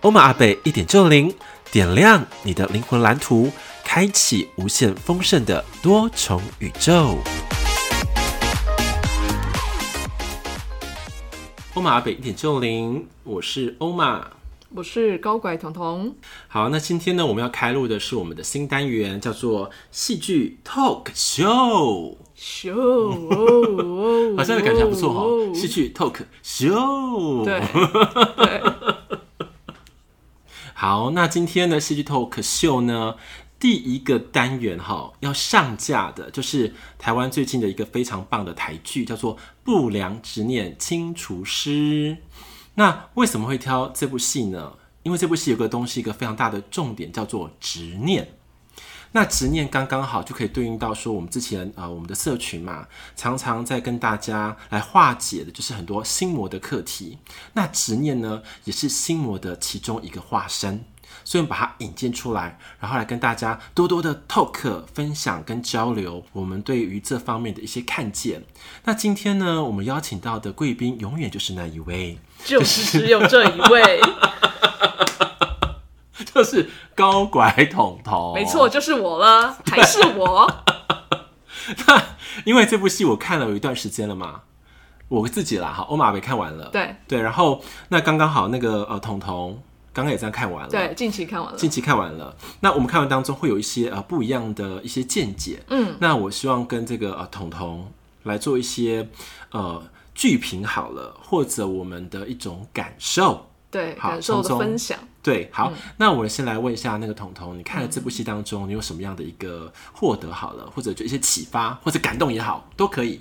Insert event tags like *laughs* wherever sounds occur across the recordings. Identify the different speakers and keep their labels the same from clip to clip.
Speaker 1: 欧玛阿贝一点就灵，点亮你的灵魂蓝图，开启无限丰盛的多重宇宙。欧玛阿贝一点就灵，我是欧玛。
Speaker 2: 我是高拐彤彤，
Speaker 1: 好，那今天呢，我们要开录的是我们的新单元，叫做戏剧 talk show，
Speaker 2: 咻哦，哦
Speaker 1: 好像的感觉还不错哦，戏
Speaker 2: 对
Speaker 1: 剧 talk show。
Speaker 2: 对，
Speaker 1: 好，那今天呢，戏剧 talk 秀呢，第一个单元哈要上架的，就是台湾最近的一个非常棒的台剧，叫做《不良执念清除师》。那为什么会挑这部戏呢？因为这部戏有个东西，一个非常大的重点叫做执念。那执念刚刚好就可以对应到说，我们之前啊、呃我们的社群嘛，常常在跟大家来化解的就是很多心魔的课题。那执念呢，也是心魔的其中一个化身，所以我们把它引荐出来，然后来跟大家多多的 talk 分享跟交流我们对于这方面的一些看见。那今天呢，我们邀请到的贵宾永远就是那一位， *laughs*
Speaker 2: 就是只有这一位，
Speaker 1: 哦就是高拐桶头，
Speaker 2: 没错，就是我了，还是我，
Speaker 1: *laughs* 因为这部戏我看了有一段时间了嘛，我自己啦，哈，欧马没看完了，
Speaker 2: 对
Speaker 1: 对，然后那刚刚好那个呃，彤彤刚刚也这样看完了，
Speaker 2: 对，近期看完了，
Speaker 1: 近期看完了，那我们看完当中会有一些呃不一样的一些见解。
Speaker 2: 嗯，
Speaker 1: 那我希望跟这个呃彤彤来做一些呃剧评好了，或者我们的一种感受。
Speaker 2: 对，
Speaker 1: 好
Speaker 2: 感受
Speaker 1: 松
Speaker 2: 的
Speaker 1: 松
Speaker 2: 分享，
Speaker 1: 对，好，
Speaker 2: 嗯
Speaker 1: 那我先来问一下那个彤彤，你看了这部戏当中，你有什么样的一个获得好了，或者就一些启发或者感动也好，都可以。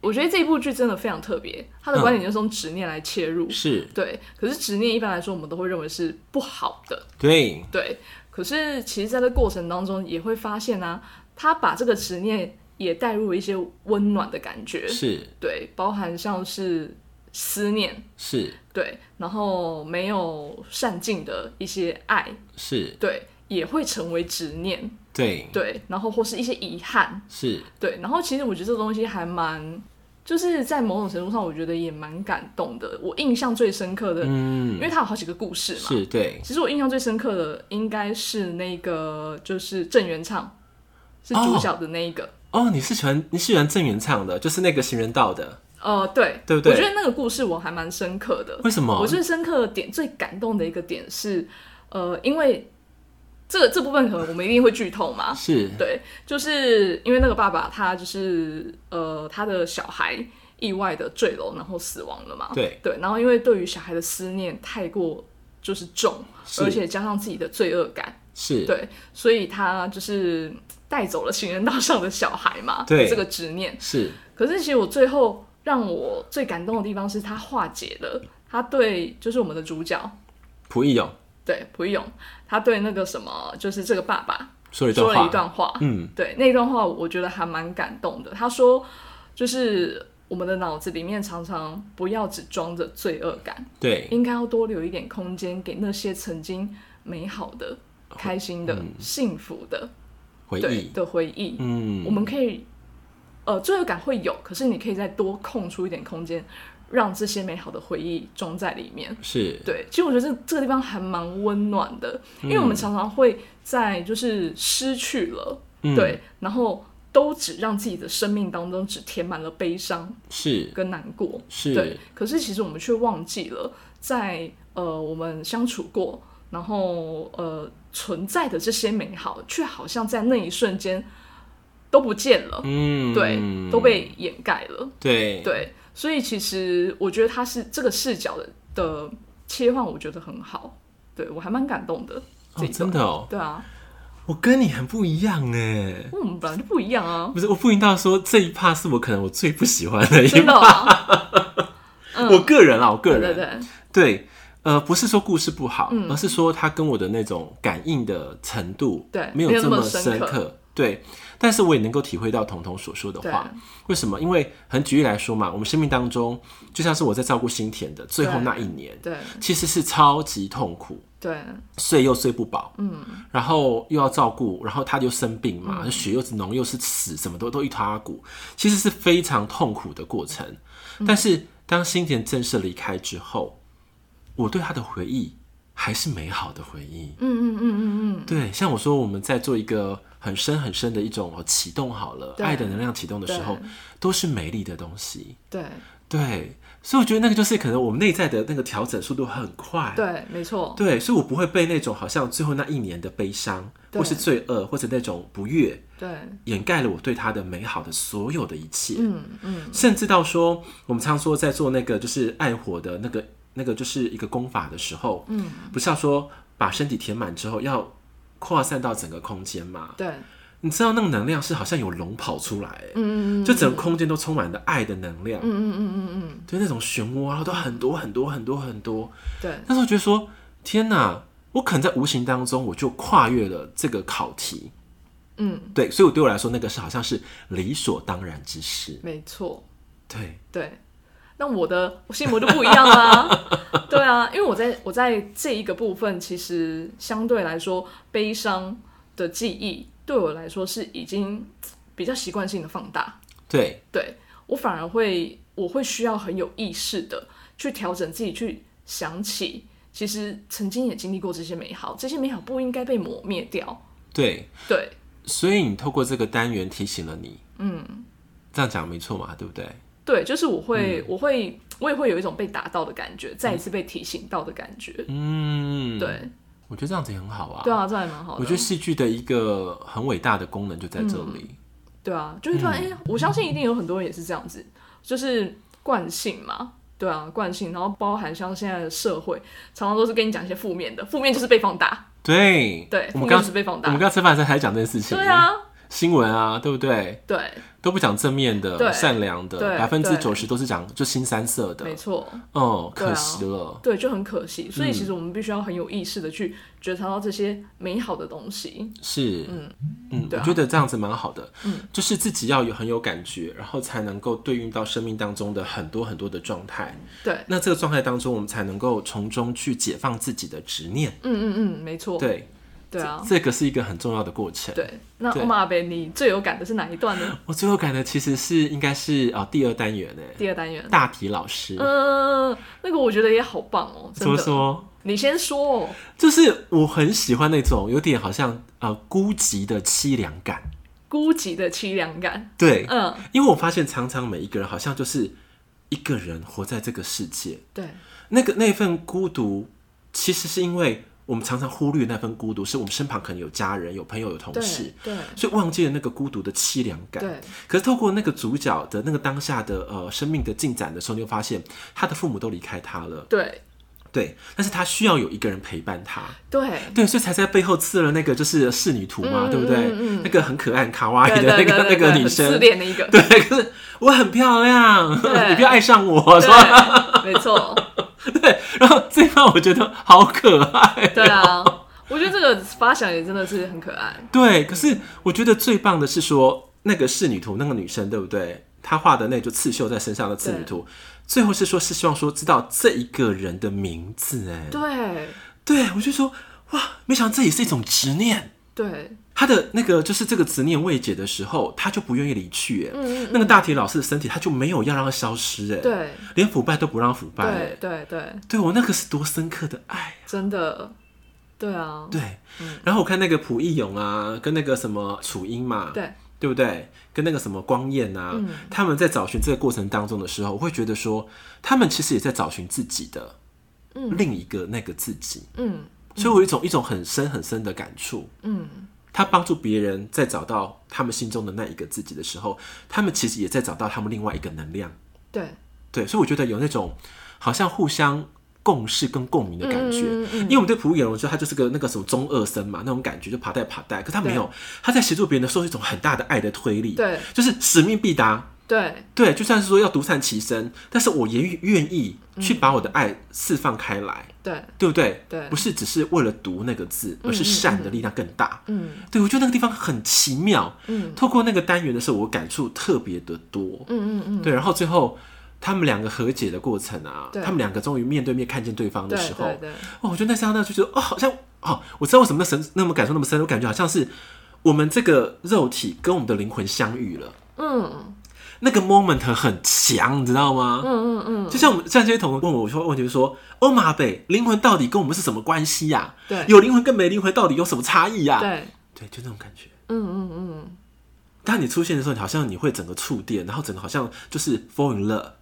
Speaker 2: 我觉得这一部剧真的非常特别，它的观点就是从执念来切入，
Speaker 1: 嗯是
Speaker 2: 对，可是执念一般来说我们都会认为是不好的，
Speaker 1: 对，
Speaker 2: 对，可是其实在这过程当中也会发现啊，他把这个执念也带入了一些温暖的感觉，
Speaker 1: 是
Speaker 2: 对，包含像是思念，
Speaker 1: 是
Speaker 2: 对，然后没有善尽的一些爱，
Speaker 1: 是，
Speaker 2: 对，也会成为执念，
Speaker 1: 对
Speaker 2: 对，然后或是一些遗憾，
Speaker 1: 是
Speaker 2: 对，然后其实我觉得这东西还蛮，就是在某种程度上，我觉得也蛮感动的。我印象最深刻的，因
Speaker 1: 嗯
Speaker 2: 为它有好几个故事嘛，
Speaker 1: 是对
Speaker 2: 其实我印象最深刻的应该是那个就是郑元畅。是主
Speaker 1: 哦
Speaker 2: 角的那一个，
Speaker 1: 哦，你是喜欢你是喜欢郑元畅的，就是那个行人道的，
Speaker 2: 呃，对，
Speaker 1: 对不对
Speaker 2: 我觉得那个故事我还蛮深刻的，
Speaker 1: 为什么？
Speaker 2: 我最深刻的点、最感动的一个点是，呃，因为这这部分可能我们一定会剧透嘛，
Speaker 1: 是
Speaker 2: 对，就是因为那个爸爸他就是呃他的小孩意外的坠楼然后死亡了嘛，
Speaker 1: 对
Speaker 2: 对，然后因为对于小孩的思念太过就是重，
Speaker 1: 是
Speaker 2: 而且加上自己的罪恶感，
Speaker 1: 是，
Speaker 2: 对，所以他就是带走了行人道上的小孩嘛，
Speaker 1: 对
Speaker 2: 这个执念，
Speaker 1: 是
Speaker 2: 可是其实我最后让我最感动的地方是他化解了他对就是我们的主角
Speaker 1: 蒲义勇
Speaker 2: 对蒲一勇，他对那个什么就是这个爸爸
Speaker 1: 说了一段
Speaker 2: 说
Speaker 1: 话，
Speaker 2: 了一段话，
Speaker 1: 嗯，
Speaker 2: 对那段话我觉得还蛮感动的。他说就是我们的脑子里面常常不要只装着罪恶感，
Speaker 1: 对，
Speaker 2: 应该要多留一点空间给那些曾经美好的、开心的、幸福的
Speaker 1: 嗯回
Speaker 2: 对
Speaker 1: 忆，
Speaker 2: 的回忆，
Speaker 1: 嗯，
Speaker 2: 我们可以，呃，罪恶感会有，可是你可以再多空出一点空间，让这些美好的回忆装在里面。
Speaker 1: 是
Speaker 2: 对，其实我觉得这这个地方还蛮温暖的，
Speaker 1: 嗯
Speaker 2: 因为我们常常会在就是失去了，
Speaker 1: 嗯
Speaker 2: 对，然后都只让自己的生命当中只填满了悲伤
Speaker 1: 是
Speaker 2: 跟难过，对
Speaker 1: 是，
Speaker 2: 可是其实我们却忘记了在呃我们相处过，然后呃存在的这些美好，却好像在那一瞬间都不见了，
Speaker 1: 嗯，
Speaker 2: 对，都被掩盖了，
Speaker 1: 对哦
Speaker 2: 对，所以其实我觉得他是这个视角的的切换，我觉得很好，对我还蛮感动的，这
Speaker 1: 哦，
Speaker 2: 一段
Speaker 1: 真的哦，
Speaker 2: 对啊，
Speaker 1: 我跟你很不一样哎。
Speaker 2: 因为我们本来就不一样啊，
Speaker 1: 不是，我不应到说这一趴是我可能我最不喜欢的一
Speaker 2: 真的、
Speaker 1: 趴。
Speaker 2: 啊，嗯
Speaker 1: 我个人啊，我个
Speaker 2: 对对
Speaker 1: 人
Speaker 2: 对，
Speaker 1: 对呃，不是说故事不好，
Speaker 2: 嗯
Speaker 1: 而是说它跟我的那种感应的程度，
Speaker 2: 对
Speaker 1: 没有
Speaker 2: 没有
Speaker 1: 这
Speaker 2: 那么
Speaker 1: 么
Speaker 2: 深
Speaker 1: 深
Speaker 2: 刻
Speaker 1: 刻。对，但是我也能够体会到彤彤所说的
Speaker 2: 对
Speaker 1: 话。为什么？因为很举例来说嘛，我们生命当中，就像是我在照顾新田的最后
Speaker 2: 对
Speaker 1: 那一年，
Speaker 2: 对
Speaker 1: 其实是超级痛苦。
Speaker 2: 对
Speaker 1: 睡又睡不饱，嗯，然后又要照顾，然后他就生病嘛，血又是浓又是死，什么都都一塌糊，其实是非常痛苦的过程。但是当新田正式离开之后，我对他的回忆还是美好的回忆。嗯嗯嗯嗯嗯，对，像我说我们在做一个很深很深的一种哦启动好了，
Speaker 2: 对
Speaker 1: 爱的能量启动的时候
Speaker 2: 对，
Speaker 1: 都是美丽的东西。
Speaker 2: 对
Speaker 1: 对，所以我觉得那个就是可能我们内在的那个调整速度很快，
Speaker 2: 对，没错，
Speaker 1: 对，所以我不会被那种好像最后那一年的悲伤，
Speaker 2: 对
Speaker 1: 或是罪恶，或者那种不悦，
Speaker 2: 对
Speaker 1: 掩盖了我对他的美好的所有的一切。
Speaker 2: 嗯嗯，
Speaker 1: 甚至到说，我们常说在做那个就是爱火的那个那个就是一个功法的时候，嗯，不是要说把身体填满之后要扩散到整个空间嘛？
Speaker 2: 对，
Speaker 1: 你知道那个能量是好像有龙跑出来，
Speaker 2: 嗯嗯嗯
Speaker 1: 就整个空间都充满了爱的能量，
Speaker 2: 嗯嗯嗯嗯，
Speaker 1: 对那种漩涡啊，然后都很多很多很多很多，
Speaker 2: 对
Speaker 1: 那时候觉得说，天哪，我可能在无形当中我就跨越了这个考题，
Speaker 2: 嗯，
Speaker 1: 对，所以我对我来说那个是好像是理所当然之事，
Speaker 2: 没错。
Speaker 1: 对，
Speaker 2: 对，那我的心魔就不一样啦、对啊，因为我在我在这一个部分，其实相对来说，悲伤的记忆对我来说是已经比较习惯性的放大。
Speaker 1: 对，
Speaker 2: 对我反而会，我会需要很有意识的去调整自己，去想起。其实曾经也经历过这些美好，这些美好不应该被抹灭掉。
Speaker 1: 对，
Speaker 2: 对，
Speaker 1: 所以你透过这个单元提醒了你，嗯，这样讲没错嘛，对不对？
Speaker 2: 对，就是我会，我会，我也会有一种被打到的感觉，再一次被提醒到的感觉。
Speaker 1: 嗯，，
Speaker 2: 对，
Speaker 1: 我觉得这样子也很好啊，
Speaker 2: 对啊，这还蛮好的。
Speaker 1: 我觉得戏剧的一个很伟大的功能就在这里，
Speaker 2: 对啊，就是突然，
Speaker 1: 嗯
Speaker 2: 哎、我相信一定有很多人也是这样子，就是惯性嘛，对啊，惯性，然后包含像现在的社会，常常都是跟你讲一些负面的，负面就是被放大，
Speaker 1: 对，
Speaker 2: 对，
Speaker 1: 我
Speaker 2: 负
Speaker 1: 们
Speaker 2: 面
Speaker 1: 刚
Speaker 2: 就是被
Speaker 1: 我
Speaker 2: 放
Speaker 1: 们
Speaker 2: 大，
Speaker 1: 刚吃饭的时候还讲这件事情，
Speaker 2: 对，啊，
Speaker 1: 新闻啊，对不对？
Speaker 2: 对，
Speaker 1: 都不讲正面的、
Speaker 2: 对
Speaker 1: 善良的，
Speaker 2: 对
Speaker 1: 百分之九十
Speaker 2: 对
Speaker 1: 都是讲就新三色的
Speaker 2: 没，错，
Speaker 1: 哦，
Speaker 2: 对啊
Speaker 1: 可惜了，
Speaker 2: 对，就很可惜，
Speaker 1: 嗯
Speaker 2: 所以其实我们必须要很有意识的去觉察到这些美好的东西，
Speaker 1: 是，嗯嗯，
Speaker 2: 对
Speaker 1: 我
Speaker 2: 啊嗯
Speaker 1: 觉得这样子蛮好的，就是自己要有很有感觉，然后才能够对应到生命当中的很多很多的状态，
Speaker 2: 对，
Speaker 1: 那这个状态当中，我们才能够从中去解放自己的执念，
Speaker 2: 嗯嗯嗯，没错，
Speaker 1: 对，
Speaker 2: 对啊，
Speaker 1: 这个是一个很重要的过程。
Speaker 2: 对，那
Speaker 1: 对
Speaker 2: 欧玛贝，你最有感的是哪一段呢？
Speaker 1: 我最后感的其实是应该是啊、哦第二单元诶，
Speaker 2: 第二单元，
Speaker 1: 大体老师、
Speaker 2: 嗯，那个我觉得也好棒哦，
Speaker 1: 怎
Speaker 2: 真
Speaker 1: 么
Speaker 2: 的，
Speaker 1: 说？
Speaker 2: 你先说哦。
Speaker 1: 就是我很喜欢那种有点好像呃孤寂的凄凉感，
Speaker 2: 孤寂的凄凉感。
Speaker 1: 对，
Speaker 2: 嗯，
Speaker 1: 因为我发现常常每一个人好像就是一个人活在这个世界，
Speaker 2: 对，
Speaker 1: 那个那份孤独，其实是因为我们常常忽略那份孤独，是我们身旁可能有家人、有朋友、有同
Speaker 2: 对
Speaker 1: 事，，
Speaker 2: 对，
Speaker 1: 所以忘记了那个孤独的凄凉感。
Speaker 2: 对，
Speaker 1: 可是透过那个主角的那个当下的呃生命的进展的时候，你会发现他的父母都离开他了，
Speaker 2: 对，
Speaker 1: 对，但是他需要有一个人陪伴他。
Speaker 2: 对，
Speaker 1: 对，所以才在背后刺了那个就是仕女图嘛，
Speaker 2: 嗯
Speaker 1: 对不对？
Speaker 2: 嗯嗯
Speaker 1: 那个很可爱、很卡哇伊
Speaker 2: 对，
Speaker 1: 的那
Speaker 2: 对，
Speaker 1: 个
Speaker 2: 对，
Speaker 1: 那个
Speaker 2: 对
Speaker 1: 女
Speaker 2: 很
Speaker 1: 生
Speaker 2: 自，恋的一个，
Speaker 1: *laughs* 对，可是我很漂亮，*laughs*
Speaker 2: 对
Speaker 1: 你不要爱上我，是吧？
Speaker 2: 对，没错，
Speaker 1: *laughs* 对，然后这一段我觉得好可爱。
Speaker 2: 对啊，我觉得这个发想也真的是很可爱。
Speaker 1: 对，可是我觉得最棒的是说那个仕女图，那个女生对不对？她画的那就刺绣在身上的刺女图，最后是说是希望说知道这一个人的名字。哎，
Speaker 2: 对，
Speaker 1: 对我就说哇，没想到这也是一种执念。
Speaker 2: 对，
Speaker 1: 他的那个就是这个执念未解的时候，他就不愿意离去。哎、那个大体老师的身体，他就没有要让他消失。哎，
Speaker 2: 嗯对，
Speaker 1: 连腐败都不让腐败。
Speaker 2: 对
Speaker 1: 哎，
Speaker 2: 对，对，
Speaker 1: 对我那个是多深刻的爱。
Speaker 2: 真的，对啊，
Speaker 1: 对，然后我看那个蒲义勇啊，跟那个什么楚英嘛，
Speaker 2: 对，嗯
Speaker 1: 对不对？跟那个什么光彦啊，他们在找寻这个过程当中的时候，我会觉得说，他们其实也在找寻自己的另一个那个自己，
Speaker 2: 嗯，
Speaker 1: 所以我有一种一种很深很深的感触，嗯。他帮助别人在找到他们心中的那一个自己的时候，他们其实也在找到他们另外一个能量。
Speaker 2: 对，
Speaker 1: 对，所以我觉得有那种好像互相共事跟共鸣的感觉。
Speaker 2: 嗯嗯
Speaker 1: 因为我们对普语演员，我觉得他就是个那个什么中二生嘛，那种感觉就爬带爬带，可他没有，他在协助别人的时候是一种很大的爱的推力，
Speaker 2: 对，
Speaker 1: 就是使命必达。
Speaker 2: 对，
Speaker 1: 对，就算是说要独善其身，但是我也愿意去把我的爱释放开来，
Speaker 2: 对，
Speaker 1: 对不对？
Speaker 2: 嗯对
Speaker 1: 不是只是为了“读”那个字，而是
Speaker 2: 嗯嗯
Speaker 1: 善的力量更大。
Speaker 2: 嗯
Speaker 1: 对，我觉得那个地方很奇妙。
Speaker 2: 嗯
Speaker 1: 透过那个单元的时候，我感触特别的多。
Speaker 2: 嗯嗯嗯，
Speaker 1: 对，然后最后他们两个和解的过程啊，
Speaker 2: 对
Speaker 1: 他们两个终于面对面看见对方的
Speaker 2: 对
Speaker 1: 时候，
Speaker 2: 对对，
Speaker 1: 哦，我觉得那刹那就觉得，哦，好像，哦，我知道为什么那深，那么感受那么深，我感觉好像是我们这个肉体跟我们的灵魂相遇了，
Speaker 2: 嗯
Speaker 1: 那个 moment 很强，你知道吗？
Speaker 2: 嗯嗯嗯，
Speaker 1: 就像我们像这些同学问我，我说问题就是说，欧马北灵魂到底跟我们是什么关系呀、
Speaker 2: 对，
Speaker 1: 有灵魂跟没灵魂到底有什么差异呀、
Speaker 2: 对，
Speaker 1: 对，就那种感觉。
Speaker 2: 嗯嗯嗯，
Speaker 1: 当你出现的时候，你好像你会整个触电，然后整个好像就是 fall in love，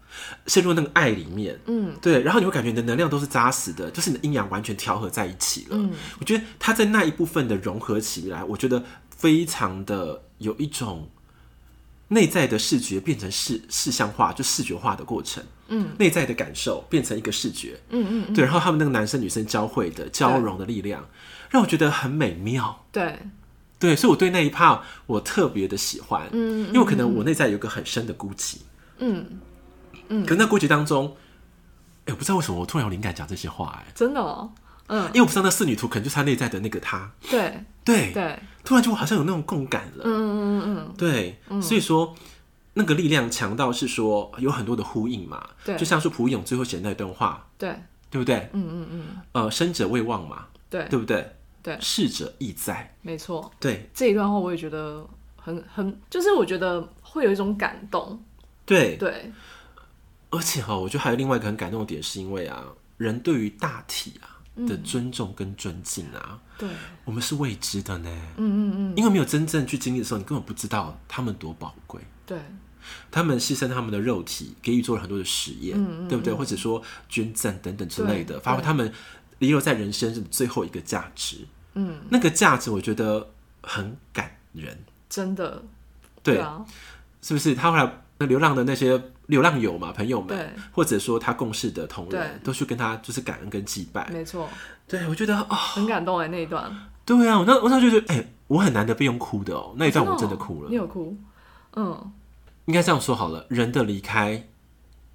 Speaker 1: 陷入那个爱里面。
Speaker 2: 嗯，
Speaker 1: 对，然后你会感觉你的能量都是扎实的，就是你的阴阳完全调和在一起了。
Speaker 2: 嗯
Speaker 1: 我觉得它在那一部分的融合起来，我觉得非常的有一种内在的视觉变成视视像化，就视觉化的过程。
Speaker 2: 嗯，
Speaker 1: 内在的感受变成一个视觉。
Speaker 2: 嗯嗯，
Speaker 1: 对，然后他们那个男生女生交汇的交融的力量，让我觉得很美妙。
Speaker 2: 对，
Speaker 1: 对，所以我对那一 part 我特别的喜欢，
Speaker 2: 嗯
Speaker 1: 因为可能我内在有一个很深的孤寂，
Speaker 2: 嗯，
Speaker 1: 可是那孤寂当中，哎、我不知道为什么我突然有灵感讲这些话、哎，
Speaker 2: 真的哦，嗯
Speaker 1: 因，为我不知道那侍女图可能就是她内在的那个她，
Speaker 2: 对
Speaker 1: 对，
Speaker 2: 对，
Speaker 1: 突然就我好像有那种共感了，
Speaker 2: 嗯嗯嗯
Speaker 1: 对，所以说那个力量强到是说有很多的呼应嘛，
Speaker 2: 对
Speaker 1: 就像是蒲勇最后写的那段话，
Speaker 2: 嗯，对，
Speaker 1: 对不对？
Speaker 2: 嗯嗯嗯，
Speaker 1: 呃，生者未忘嘛，
Speaker 2: 对
Speaker 1: 对不对？
Speaker 2: 对，
Speaker 1: 逝者亦在，
Speaker 2: 没错，
Speaker 1: 对
Speaker 2: 这一段话我也觉得很很，就是我觉得会有一种感动，
Speaker 1: 对
Speaker 2: 对，
Speaker 1: 而且哈、我觉得还有另外一个很感动的点，是因为啊，人对于大体啊
Speaker 2: 嗯
Speaker 1: 的尊重跟尊敬啊，
Speaker 2: 对，
Speaker 1: 我们是未知的呢。
Speaker 2: 嗯嗯嗯，
Speaker 1: 因为没有真正去经历的时候，你根本不知道他们多宝贵。
Speaker 2: 嗯对，
Speaker 1: 他们牺牲他们的肉体，给予做了很多的实验，对不对？或者说捐赠等等之类的，
Speaker 2: 嗯对
Speaker 1: 发挥
Speaker 2: 对
Speaker 1: 他们遗留在人生的最后一个价值。
Speaker 2: 嗯，
Speaker 1: 那个价值我觉得很感人，
Speaker 2: 真的，
Speaker 1: 对，
Speaker 2: 啊，
Speaker 1: 是不是？他后来那流浪的那些流浪友嘛，朋友们
Speaker 2: 对，
Speaker 1: 或者说他共事的同仁
Speaker 2: 对，
Speaker 1: 都去跟他就是感恩跟祭拜。
Speaker 2: 没错，
Speaker 1: 对，我觉得哦，
Speaker 2: 很感动哎那一段，
Speaker 1: 对啊，我那我那时候就觉得，哎、我很难得被用哭的哦、那一段我真的
Speaker 2: 哦
Speaker 1: 哭了
Speaker 2: 你。有哭，嗯，
Speaker 1: 应该这样说好了，人的离开，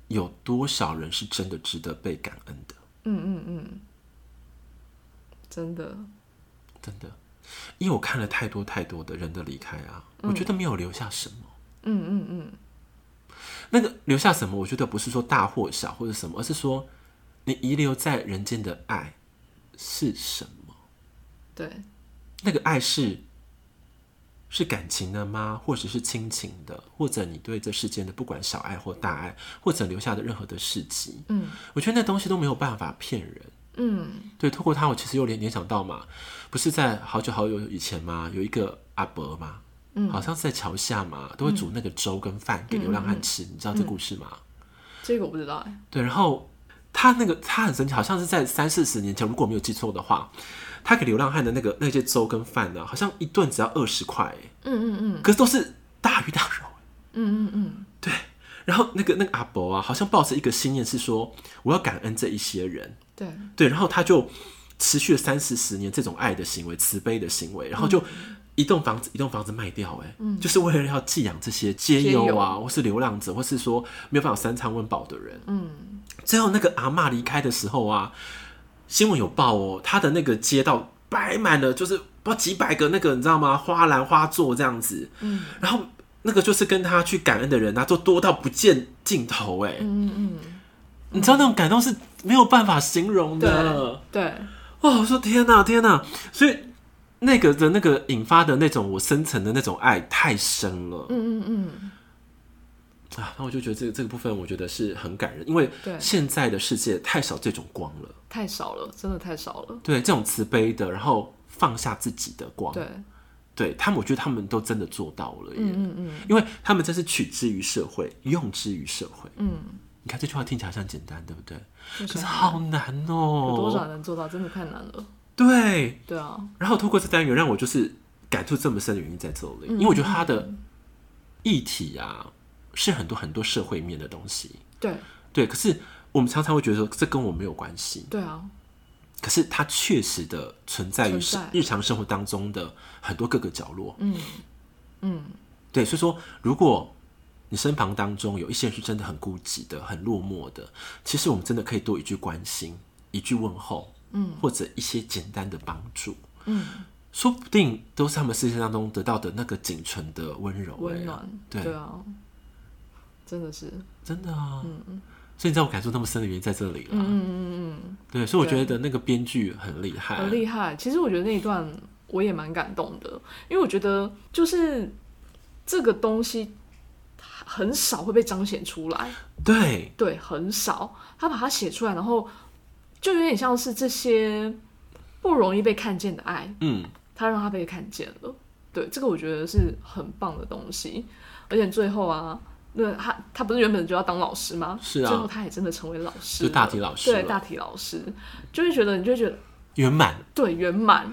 Speaker 1: 有多少人是真的值得被感恩的？
Speaker 2: 真的，
Speaker 1: 真的，因为我看了太多太多的人的离开啊，我觉得没有留下什么。
Speaker 2: 嗯嗯嗯，
Speaker 1: 那个留下什么，我觉得不是说大或小或者什么，而是说你遗留在人间的爱是什么？
Speaker 2: 对，
Speaker 1: 那个爱是是感情的吗？或者是亲情的？或者你对这世间的不管小爱或大爱，或者留下的任何的事迹，
Speaker 2: 嗯
Speaker 1: 我觉得那东西都没有办法骗人。
Speaker 2: 嗯，
Speaker 1: 对，透过它，我其实又联联想到嘛，不是在好久好久以前嘛，有一个阿伯嘛，好像是在桥下嘛，都会煮那个粥跟饭给流浪汉吃，你知道这故事吗？
Speaker 2: 这个我不知道哎，
Speaker 1: 对，然后他那个他很神奇，好像是在三四十年前，如果我没有记错的话，他给流浪汉的那个那些粥跟饭呢、好像一顿只要二十块耶，
Speaker 2: 嗯嗯嗯
Speaker 1: 可是都是大鱼大肉耶。
Speaker 2: 嗯嗯嗯，
Speaker 1: 对，然后那个那个阿伯啊，好像抱着一个信念是说，我要感恩这一些人。
Speaker 2: 对，
Speaker 1: 对，然后他就持续了三四十年这种爱的行为、慈悲的行为，然后就一栋房子一栋房子卖掉、哎、就是为了要寄养这些街友啊，或是流浪者，或是说没有办法三餐温饱的人。嗯，最后那个阿嬷离开的时候啊，新闻有报哦，她的那个街道摆满了，就是不知道几百个那个你知道吗？花篮花座这样子，嗯，然后那个就是跟她去感恩的人啊，都多到不见尽头、哎、
Speaker 2: 嗯嗯嗯，
Speaker 1: 你知道那种感动是没有办法形容的
Speaker 2: 对。对，
Speaker 1: 哦，我说天哪、天哪、所以那个的那个引发的那种我深层的那种爱太深了、
Speaker 2: 嗯嗯嗯，
Speaker 1: 啊！那我就觉得这个这个部分，我觉得是很感人，因为
Speaker 2: 对
Speaker 1: 现在的世界太少这种光了，
Speaker 2: 太少了，真的太少了，
Speaker 1: 对这种慈悲的，然后放下自己的光，
Speaker 2: 对，
Speaker 1: 对他们，我觉得他们都真的做到了耶，
Speaker 2: 嗯嗯嗯
Speaker 1: 因为他们真是取之于社会，用之于社会。
Speaker 2: 嗯，
Speaker 1: 你看这句话听起来像简单，对不对？
Speaker 2: 就
Speaker 1: 可是
Speaker 2: 是
Speaker 1: 好难哦、
Speaker 2: 有多少能做到，真的太难了，
Speaker 1: 对，
Speaker 2: 对啊，
Speaker 1: 然后透过这单元让我就是感触这么深的原因在这
Speaker 2: 嗯
Speaker 1: 里，因为我觉得它的议题啊是很多很多社会面的东西，
Speaker 2: 对
Speaker 1: 对。可是我们常常会觉得说这跟我没有关系，
Speaker 2: 对啊，
Speaker 1: 可是它确实的存在于
Speaker 2: 存在
Speaker 1: 日常生活当中的很多各个角落，
Speaker 2: 嗯嗯，
Speaker 1: 对。所以说，如果你你身旁当中有一些人是真的很孤寂的、很落寞的，其实我们真的可以多一句关心、一句问候，嗯，或者一些简单的帮助，
Speaker 2: 嗯，
Speaker 1: 说不定都是他们事件当中得到的那个仅存的温柔、
Speaker 2: 温
Speaker 1: 哎
Speaker 2: 暖，
Speaker 1: 对
Speaker 2: 啊，真的是，
Speaker 1: 真的啊，所以你知道我感受那么深的原因在这里了。
Speaker 2: 嗯嗯嗯嗯，
Speaker 1: 对，所以我
Speaker 2: 对
Speaker 1: 觉得那个编剧很厉害，
Speaker 2: 很厉害。其实我觉得那一段我也蛮感动的，因为我觉得就是这个东西很少会被彰显出来，
Speaker 1: 对，
Speaker 2: 对，很少。他把它写出来，然后就有点像是这些不容易被看见的爱，
Speaker 1: 嗯，
Speaker 2: 他让他被看见了。对，这个我觉得是很棒的东西。而且最后啊，那他他不是原本就要当老师吗？
Speaker 1: 是啊
Speaker 2: 最后他也真的成为老师了，
Speaker 1: 就大体老师
Speaker 2: 对，
Speaker 1: 了
Speaker 2: 大体老师，就会觉得你就会觉得
Speaker 1: 圆满。
Speaker 2: 对圆满，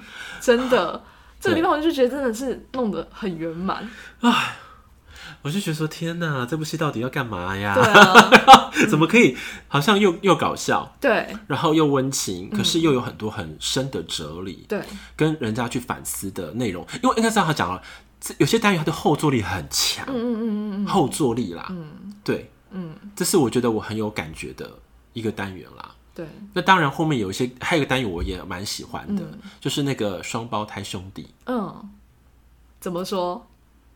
Speaker 1: *laughs*
Speaker 2: 真的。这个
Speaker 1: 对
Speaker 2: 地方我就觉得真的是弄得很圆满，
Speaker 1: 我就觉得说，天哪，这部戏到底要干嘛呀
Speaker 2: 对？啊，
Speaker 1: *laughs* 怎么可以好像又又搞笑，
Speaker 2: 对
Speaker 1: 然后又温情，
Speaker 2: 嗯
Speaker 1: 可是又有很多很深的哲理、
Speaker 2: 对，
Speaker 1: 跟人家去反思的内容？因为应该是他讲了，这有些单元它的后坐力很强，
Speaker 2: 嗯嗯嗯嗯
Speaker 1: 后坐力啦，
Speaker 2: 嗯
Speaker 1: 对，
Speaker 2: 嗯，
Speaker 1: 这是我觉得我很有感觉的一个单元啦。
Speaker 2: 对，
Speaker 1: 那当然，后面有一些还有一个单元我也蛮喜欢的，
Speaker 2: 嗯
Speaker 1: 就是那个双胞胎兄弟，
Speaker 2: 嗯，怎么说？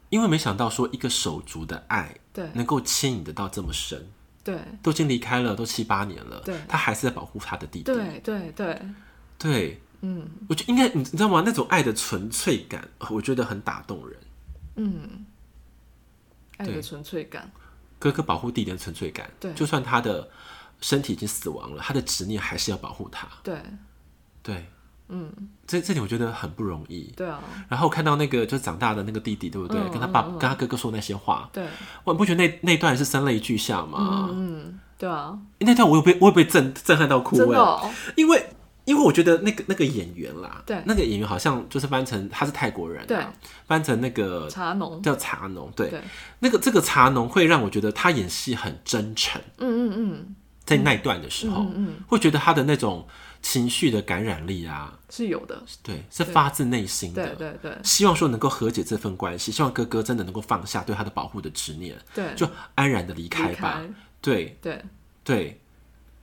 Speaker 1: 因为没想到说一个手足的爱
Speaker 2: 对
Speaker 1: 能够牵引得到这么深，
Speaker 2: 对
Speaker 1: 都已经离开了都七八年了，
Speaker 2: 对
Speaker 1: 他还是在保护他的弟弟，
Speaker 2: 对对对，
Speaker 1: 对
Speaker 2: 嗯
Speaker 1: 我觉得应该你知道吗？那种爱的纯粹感，我觉得很打动人。
Speaker 2: 嗯，爱的
Speaker 1: 对
Speaker 2: 纯粹感，
Speaker 1: 哥哥保护弟弟的纯粹感，
Speaker 2: 对
Speaker 1: 就算他的身体已经死亡了，他的执念还是要保护他，
Speaker 2: 对
Speaker 1: 对，嗯，这这点我觉得很不容易。
Speaker 2: 对啊，
Speaker 1: 然后看到那个就是长大的那个弟弟，对不对？
Speaker 2: 嗯
Speaker 1: 跟他爸、
Speaker 2: 嗯嗯
Speaker 1: 跟他哥哥说那些话，
Speaker 2: 对，
Speaker 1: 哇，你不觉得那那段是声泪俱下吗？
Speaker 2: 嗯嗯，对啊，
Speaker 1: 那段我有被我有被震震撼到哭、欸，
Speaker 2: 真的哦，
Speaker 1: 因为因为我觉得那个那个演员啦，
Speaker 2: 对
Speaker 1: 那个演员好像就是翻成他是泰国人、啊，
Speaker 2: 对，
Speaker 1: 翻成那个
Speaker 2: 茶农，
Speaker 1: 叫茶农，对，
Speaker 2: 对，
Speaker 1: 那个这个茶农会让我觉得他演戏很真诚，
Speaker 2: 嗯嗯嗯，
Speaker 1: 在那一段的时候，
Speaker 2: 嗯嗯
Speaker 1: 会觉得他的那种情绪的感染力啊，
Speaker 2: 是有的，
Speaker 1: 对，是发自内心
Speaker 2: 对
Speaker 1: 的。
Speaker 2: 对对
Speaker 1: 希望说能够和解这份关系，希望哥哥真的能够放下对他的保护的执念，
Speaker 2: 对，
Speaker 1: 就安然的离
Speaker 2: 离
Speaker 1: 开吧。
Speaker 2: 开，
Speaker 1: 对，
Speaker 2: 对
Speaker 1: 对，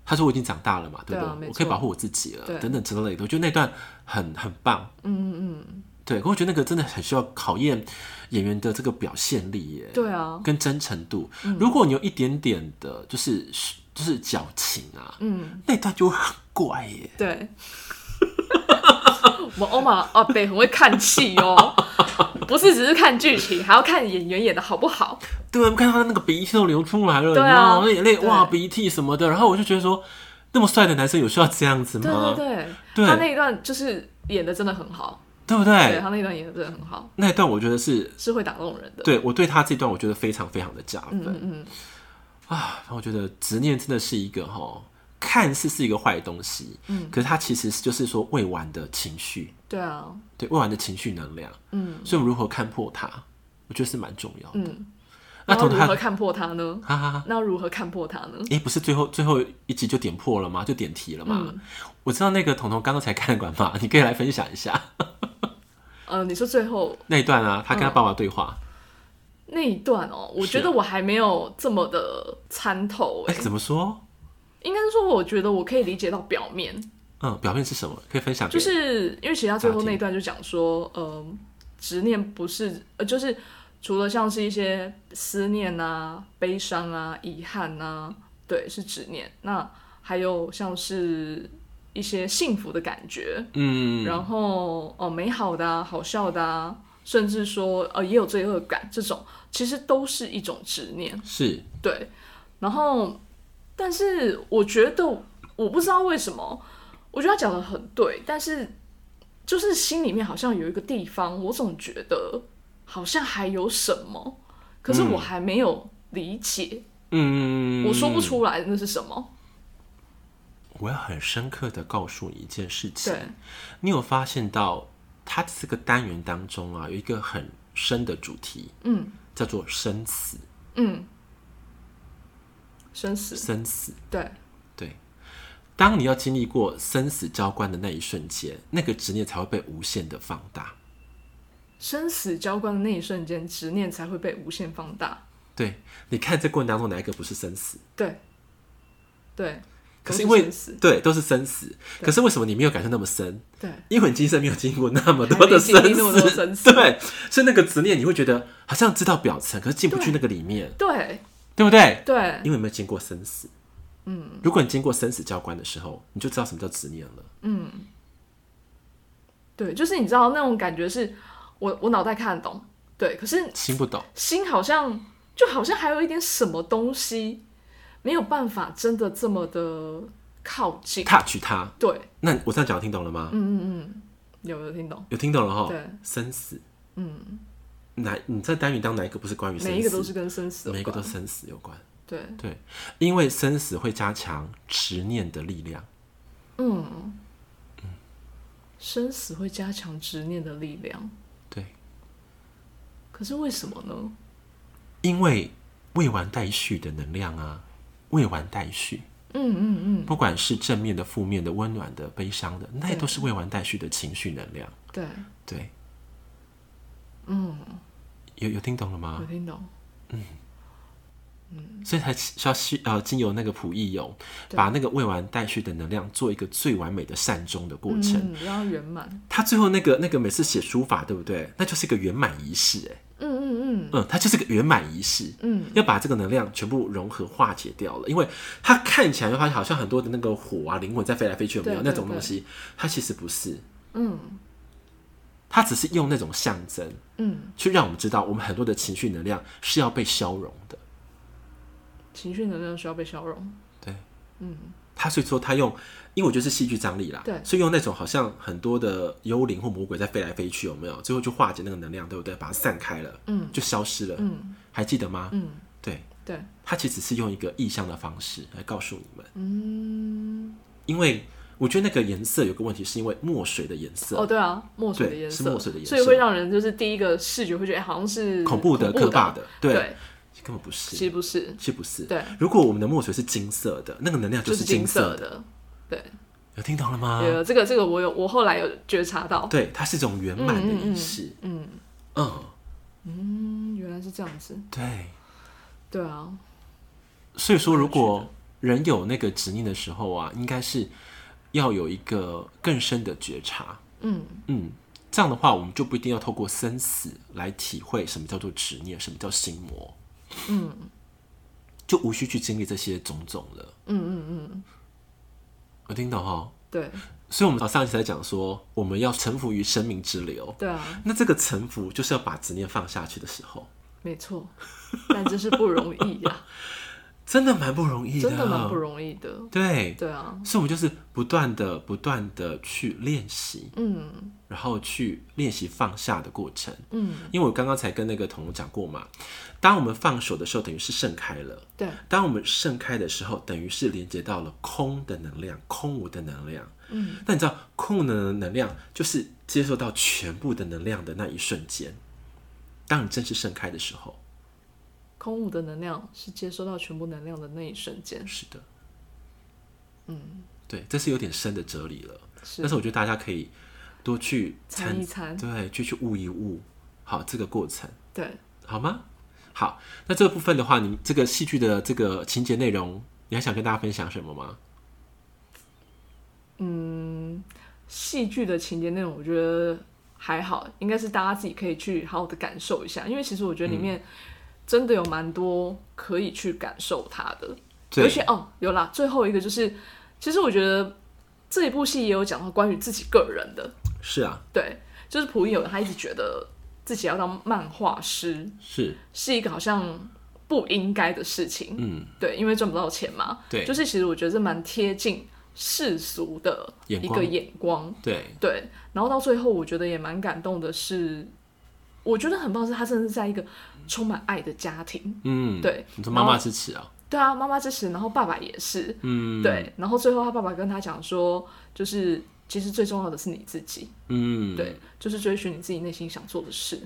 Speaker 1: 他说我已经长大了嘛，对不
Speaker 2: 对啊没
Speaker 1: 我可以
Speaker 2: 错
Speaker 1: 保护我自己了
Speaker 2: 对，
Speaker 1: 等等之类的。我觉得那段很很棒，嗯嗯嗯，对。可我觉得那个真的很需要考验演员的这个表现力耶，
Speaker 2: 对啊，
Speaker 1: 跟真诚度。
Speaker 2: 嗯
Speaker 1: 如果你有一点点的，就是就是矫情啊，
Speaker 2: 嗯，
Speaker 1: 那段就会很怪耶。
Speaker 2: 对。我们欧玛阿北很会看戏哦，不是只是看剧情，还要看演员演的好不好。
Speaker 1: 对，我看到他那个鼻涕都流出来了，
Speaker 2: 对啊
Speaker 1: 你知道吗？那眼泪哇，
Speaker 2: 对
Speaker 1: 鼻涕什么的。然后我就觉得说，那么帅的男生有需要这样子
Speaker 2: 对
Speaker 1: 吗？
Speaker 2: 对对，
Speaker 1: 对
Speaker 2: 他那一段就是演的真的很好，
Speaker 1: 对不
Speaker 2: 对
Speaker 1: 对？
Speaker 2: 他那一段演的真的很好，
Speaker 1: 那一段我觉得是
Speaker 2: 是会打动人的。
Speaker 1: 对我对他这段，我觉得非常非常的加分。
Speaker 2: 嗯嗯嗯，
Speaker 1: 啊，然后我觉得执念真的是一个哈，看似是一个坏东西，嗯，可是它其实是就是说未完的情绪，
Speaker 2: 对啊，
Speaker 1: 对未完的情绪能量，
Speaker 2: 嗯
Speaker 1: 所以我们如何看破它，我觉得是蛮重要的。
Speaker 2: 嗯，
Speaker 1: 那
Speaker 2: 然后
Speaker 1: 同
Speaker 2: 如
Speaker 1: 他
Speaker 2: 何，看破它呢？
Speaker 1: 哈哈哈，
Speaker 2: 那如何看破它呢？
Speaker 1: 诶，不是最后最后一集就点破了吗？就点题了
Speaker 2: 嗯
Speaker 1: 吗？我知道那个彤彤刚刚才看管嘛，你可以来分享一下
Speaker 2: 呃，你说最后
Speaker 1: 那一段啊，他跟他爸爸对话，
Speaker 2: 那一段哦，我
Speaker 1: 是
Speaker 2: 觉
Speaker 1: 啊
Speaker 2: 得我还没有这么的参透
Speaker 1: 哎、
Speaker 2: 哎、
Speaker 1: 怎么说？
Speaker 2: 应该说我觉得我可以理解到表面，
Speaker 1: 嗯，表面是什么？可以分享给我？
Speaker 2: 就是因为其实他最后
Speaker 1: 大体
Speaker 2: 那一段就讲说，呃，执念不是，呃，就是除了像是一些思念啊、悲伤啊、遗憾啊，对，是执念。那还有像是一些幸福的感觉，
Speaker 1: 嗯，
Speaker 2: 然后哦、呃美好的啊、好笑的啊，甚至说呃，也有罪恶感这种，其实都是一种执念。
Speaker 1: 是
Speaker 2: 对，然后，但是我觉得我不知道为什么，我觉得他讲的很对，但是就是心里面好像有一个地方，我总觉得好像还有什么，可是我还没有理解，
Speaker 1: 嗯，
Speaker 2: 我说不出来那是什么。
Speaker 1: 我要很深刻的告诉你一件事情
Speaker 2: 对，，
Speaker 1: 你有发现到它这个单元当中啊，有一个很深的主题，
Speaker 2: 嗯
Speaker 1: 叫做生死，
Speaker 2: 嗯，生死，
Speaker 1: 生死。
Speaker 2: 对
Speaker 1: 对，当你要经历过生死交关的那一瞬间，那个执念才会被无限的放大。
Speaker 2: 生死交关的那一瞬间，执念才会被无限放大。
Speaker 1: 对，你看这过程当中哪一个不是生死？
Speaker 2: 对，对，
Speaker 1: 可
Speaker 2: 都
Speaker 1: 是因为
Speaker 2: 生死
Speaker 1: 对都是生死，可是为什么你没有感受那么深？
Speaker 2: 对
Speaker 1: 因为你今生没有经过那么多的
Speaker 2: 还没经历
Speaker 1: 生
Speaker 2: 那么多
Speaker 1: 死，
Speaker 2: 生死
Speaker 1: 对，所以那个执念你会觉得好像知道表层，可是进不去那个里面，
Speaker 2: 对
Speaker 1: 对不对？
Speaker 2: 对
Speaker 1: 因为没有经过生死，嗯，如果你经过生死教官的时候，你就知道什么叫执念了。
Speaker 2: 对，就是你知道那种感觉是，我我脑袋看得懂，对，可是
Speaker 1: 心不懂，
Speaker 2: 心好像就好像还有一点什么东西没有办法真的这么的靠近，
Speaker 1: touch 它。
Speaker 2: 对，
Speaker 1: 那我这样讲，听懂了吗？
Speaker 2: 有没有听懂？
Speaker 1: 有听懂了哈？
Speaker 2: 对，
Speaker 1: 生死，嗯，哪你在单元当哪一个不是关于生死？
Speaker 2: 每一个都是跟生死有
Speaker 1: 每一个
Speaker 2: 关，
Speaker 1: 都生死有关。
Speaker 2: 对，
Speaker 1: 对，因为生死会加强执念的力量。
Speaker 2: 生死会加强执念的力量，
Speaker 1: 对，
Speaker 2: 可是为什么呢？
Speaker 1: 因为未完待续的能量啊，未完待续，
Speaker 2: 嗯嗯嗯，
Speaker 1: 不管是正面的、负面的、温暖的、悲伤的，那也都是未完待续的情绪能量。
Speaker 2: 对，
Speaker 1: 对，嗯，
Speaker 2: 嗯
Speaker 1: 有有听懂了吗
Speaker 2: 我？听懂，
Speaker 1: 所以才需要需呃，经由那个普益勇，把那个未完待续的能量做一个最完美的善终的过程。
Speaker 2: 嗯，然后圆满，
Speaker 1: 他最后那个那个每次写书法，对不对？那就是一个圆满仪式，哎，
Speaker 2: 嗯嗯
Speaker 1: 嗯，它就是个圆满仪式，
Speaker 2: 嗯，
Speaker 1: 要把这个能量全部融合化解掉了，因为它看起来会发现好像很多的那个火啊、灵魂在飞来飞去，有没有
Speaker 2: 对
Speaker 1: 那
Speaker 2: 对
Speaker 1: 种东西？它其实不是，
Speaker 2: 嗯
Speaker 1: 它只是用那种象征
Speaker 2: 嗯嗯，
Speaker 1: 去让我们知道，我们很多的情绪能量是要被消融的。
Speaker 2: 情绪能量需要被消融，
Speaker 1: 对，
Speaker 2: 嗯，
Speaker 1: 他所以说他用，因为我觉得是戏剧张力啦，
Speaker 2: 对
Speaker 1: 所以用那种好像很多的幽灵或魔鬼在飞来飞去，有没有？最后就化解那个能量，对不对？把它散开了，
Speaker 2: 嗯，
Speaker 1: 就消失了，
Speaker 2: 嗯，
Speaker 1: 还记得吗？
Speaker 2: 嗯，
Speaker 1: 对，
Speaker 2: 对，
Speaker 1: 他其实是用一个意象的方式来告诉你们，
Speaker 2: 嗯，
Speaker 1: 因为我觉得那个颜色有个问题，是因为墨水的颜色，
Speaker 2: 哦，对啊，墨水的
Speaker 1: 对
Speaker 2: 颜
Speaker 1: 是
Speaker 2: 色，
Speaker 1: 墨水的颜
Speaker 2: 所以会
Speaker 1: 色
Speaker 2: 让人就是第一个视觉会觉得哎好像是
Speaker 1: 恐怖的、可怕，的，
Speaker 2: 对，
Speaker 1: 对，根本不
Speaker 2: 其
Speaker 1: 是，
Speaker 2: 实不是，
Speaker 1: 其实不是。
Speaker 2: 对，
Speaker 1: 如果我们的墨水是金色的，那个能量
Speaker 2: 就
Speaker 1: 就是
Speaker 2: 金
Speaker 1: 金色
Speaker 2: 色
Speaker 1: 的，
Speaker 2: 的，对，
Speaker 1: 有听懂了吗？
Speaker 2: 呃，这个这个我有，我后来有觉察到，
Speaker 1: 对，它是一种圆满的仪式，
Speaker 2: 嗯
Speaker 1: 嗯，
Speaker 2: 嗯，原来是这样子，
Speaker 1: 对。
Speaker 2: 对啊，
Speaker 1: 所以说，如果人有那个执念的时候啊，应该是要有一个更深的觉察。
Speaker 2: 嗯，
Speaker 1: 嗯，这样的话，我们就不一定要透过生死来体会什么叫做执念，什么叫心魔。嗯，就无需去经历这些种种了。嗯嗯嗯，我听懂哈。
Speaker 2: 对
Speaker 1: 所以，我们上一次在讲说，我们要臣服于生命之流。
Speaker 2: 对啊，
Speaker 1: 那这个臣服，就是要把执念放下去的时候，
Speaker 2: 没错，但真是不容易呀、
Speaker 1: 真的蛮不容易的，啊
Speaker 2: 真的蛮不容易的，
Speaker 1: 对，
Speaker 2: 对啊，
Speaker 1: 所以我们就是不断的、不断的去练习，
Speaker 2: 嗯
Speaker 1: 然后去练习放下的过程。
Speaker 2: 嗯，
Speaker 1: 因为我刚刚才跟那个彤彤讲过嘛，当我们放手的时候，等于是盛开了；
Speaker 2: 对，
Speaker 1: 当我们盛开的时候，等于是连接到了空的能量、空无的能量。
Speaker 2: 嗯，
Speaker 1: 那你知道空无的能量就是接受到全部的能量的那一瞬间，当你正式盛开的时候，
Speaker 2: 空无的能量是接收到全部能量的那一瞬间，
Speaker 1: 是的，嗯，对，这是有点深的哲理了。
Speaker 2: 嗯是
Speaker 1: 但是我觉得大家可以多去
Speaker 2: 参一参，
Speaker 1: 对，就去悟一悟，好这个过程，
Speaker 2: 对，
Speaker 1: 好吗？好，那这个部分的话，你这个戏剧的这个情节内容，你还想跟大家分享什么吗？
Speaker 2: 戏剧的情节内容，我觉得还好，应该是大家自己可以去好好的感受一下，因为其实我觉得里面真的有蛮多可以去感受它的，而
Speaker 1: 对，
Speaker 2: 且哦，有啦，最后一个就是，其实我觉得这一部戏也有讲到关于自己个人的，
Speaker 1: 是啊，
Speaker 2: 对，就是朴英友他一直觉得自己要当漫画师
Speaker 1: 是，
Speaker 2: 是一个好像不应该的事情，
Speaker 1: 嗯，
Speaker 2: 对，因为赚不到钱嘛，
Speaker 1: 对
Speaker 2: 就是其实我觉得这蛮贴近世俗的
Speaker 1: 眼
Speaker 2: 一个
Speaker 1: 光
Speaker 2: 眼光
Speaker 1: 对，
Speaker 2: 对，然后到最后，我觉得也蛮感动的是，我觉得很棒的是他真的是在一个充满爱的家庭，
Speaker 1: 嗯，，
Speaker 2: 对
Speaker 1: 你说妈妈支持啊，
Speaker 2: 对啊，妈妈支持，然后爸爸也是，
Speaker 1: 嗯，，
Speaker 2: 对，然后最后他爸爸跟他讲说，就是其实最重要的是你自己，
Speaker 1: 嗯，
Speaker 2: 对，就是追寻你自己内心想做的事，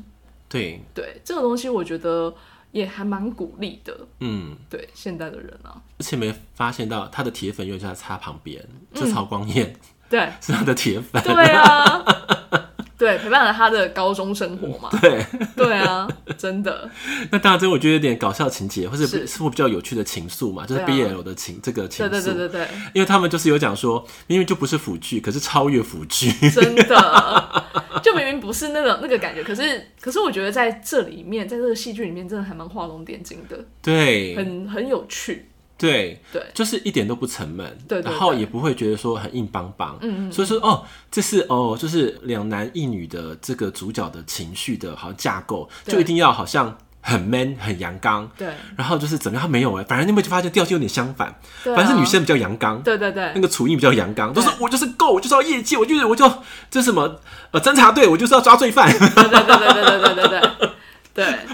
Speaker 1: 对，
Speaker 2: 对，这个东西我觉得也还蛮鼓励的，
Speaker 1: 嗯，
Speaker 2: 对现代的人啊，
Speaker 1: 而且没发现到他的铁粉
Speaker 2: 嗯
Speaker 1: 又在他旁边，这曹光彦
Speaker 2: 对，
Speaker 1: 是他的铁粉，
Speaker 2: 对啊， *laughs* 对，陪伴了他的高中生活嘛。
Speaker 1: *laughs* 对，
Speaker 2: 对啊，真的，
Speaker 1: 那当然，这我觉得有点搞笑情节，或是
Speaker 2: 是
Speaker 1: 是会比较有趣的情愫嘛，就是
Speaker 2: 对啊
Speaker 1: BL 的情、这个情
Speaker 2: 对
Speaker 1: 愫。
Speaker 2: 对对对对，
Speaker 1: 因为他们就是有讲说，明明就不是腐剧，可是超越腐
Speaker 2: *laughs*
Speaker 1: 剧。
Speaker 2: 真的，就明明不是那个那个感觉，可是可是我觉得在这里面，在这个戏剧里面，真的还蛮画龙点睛的，
Speaker 1: 对
Speaker 2: 很很有趣。
Speaker 1: 对，
Speaker 2: 对，
Speaker 1: 就是一点都不沉闷，
Speaker 2: 对对
Speaker 1: 然后
Speaker 2: 对
Speaker 1: 也不会觉得说很硬邦邦。嗯嗯。所以说，哦，这是哦，就是两男一女的这个主角的情绪的好像架构，
Speaker 2: 对
Speaker 1: 就一定要好像很 man 很阳刚。
Speaker 2: 对，
Speaker 1: 然后就是怎么样，他没有哎、反而你们就发现调性有点相反，
Speaker 2: 对啊
Speaker 1: 反正是女生比较阳刚，
Speaker 2: 对对对
Speaker 1: 那，个厨艺比较阳刚，就是
Speaker 2: 对
Speaker 1: 我就是够，我就是要业绩，我就是我就这什么呃侦查队，我就是要抓罪犯。 *laughs*
Speaker 2: 对对对对对对对对对对。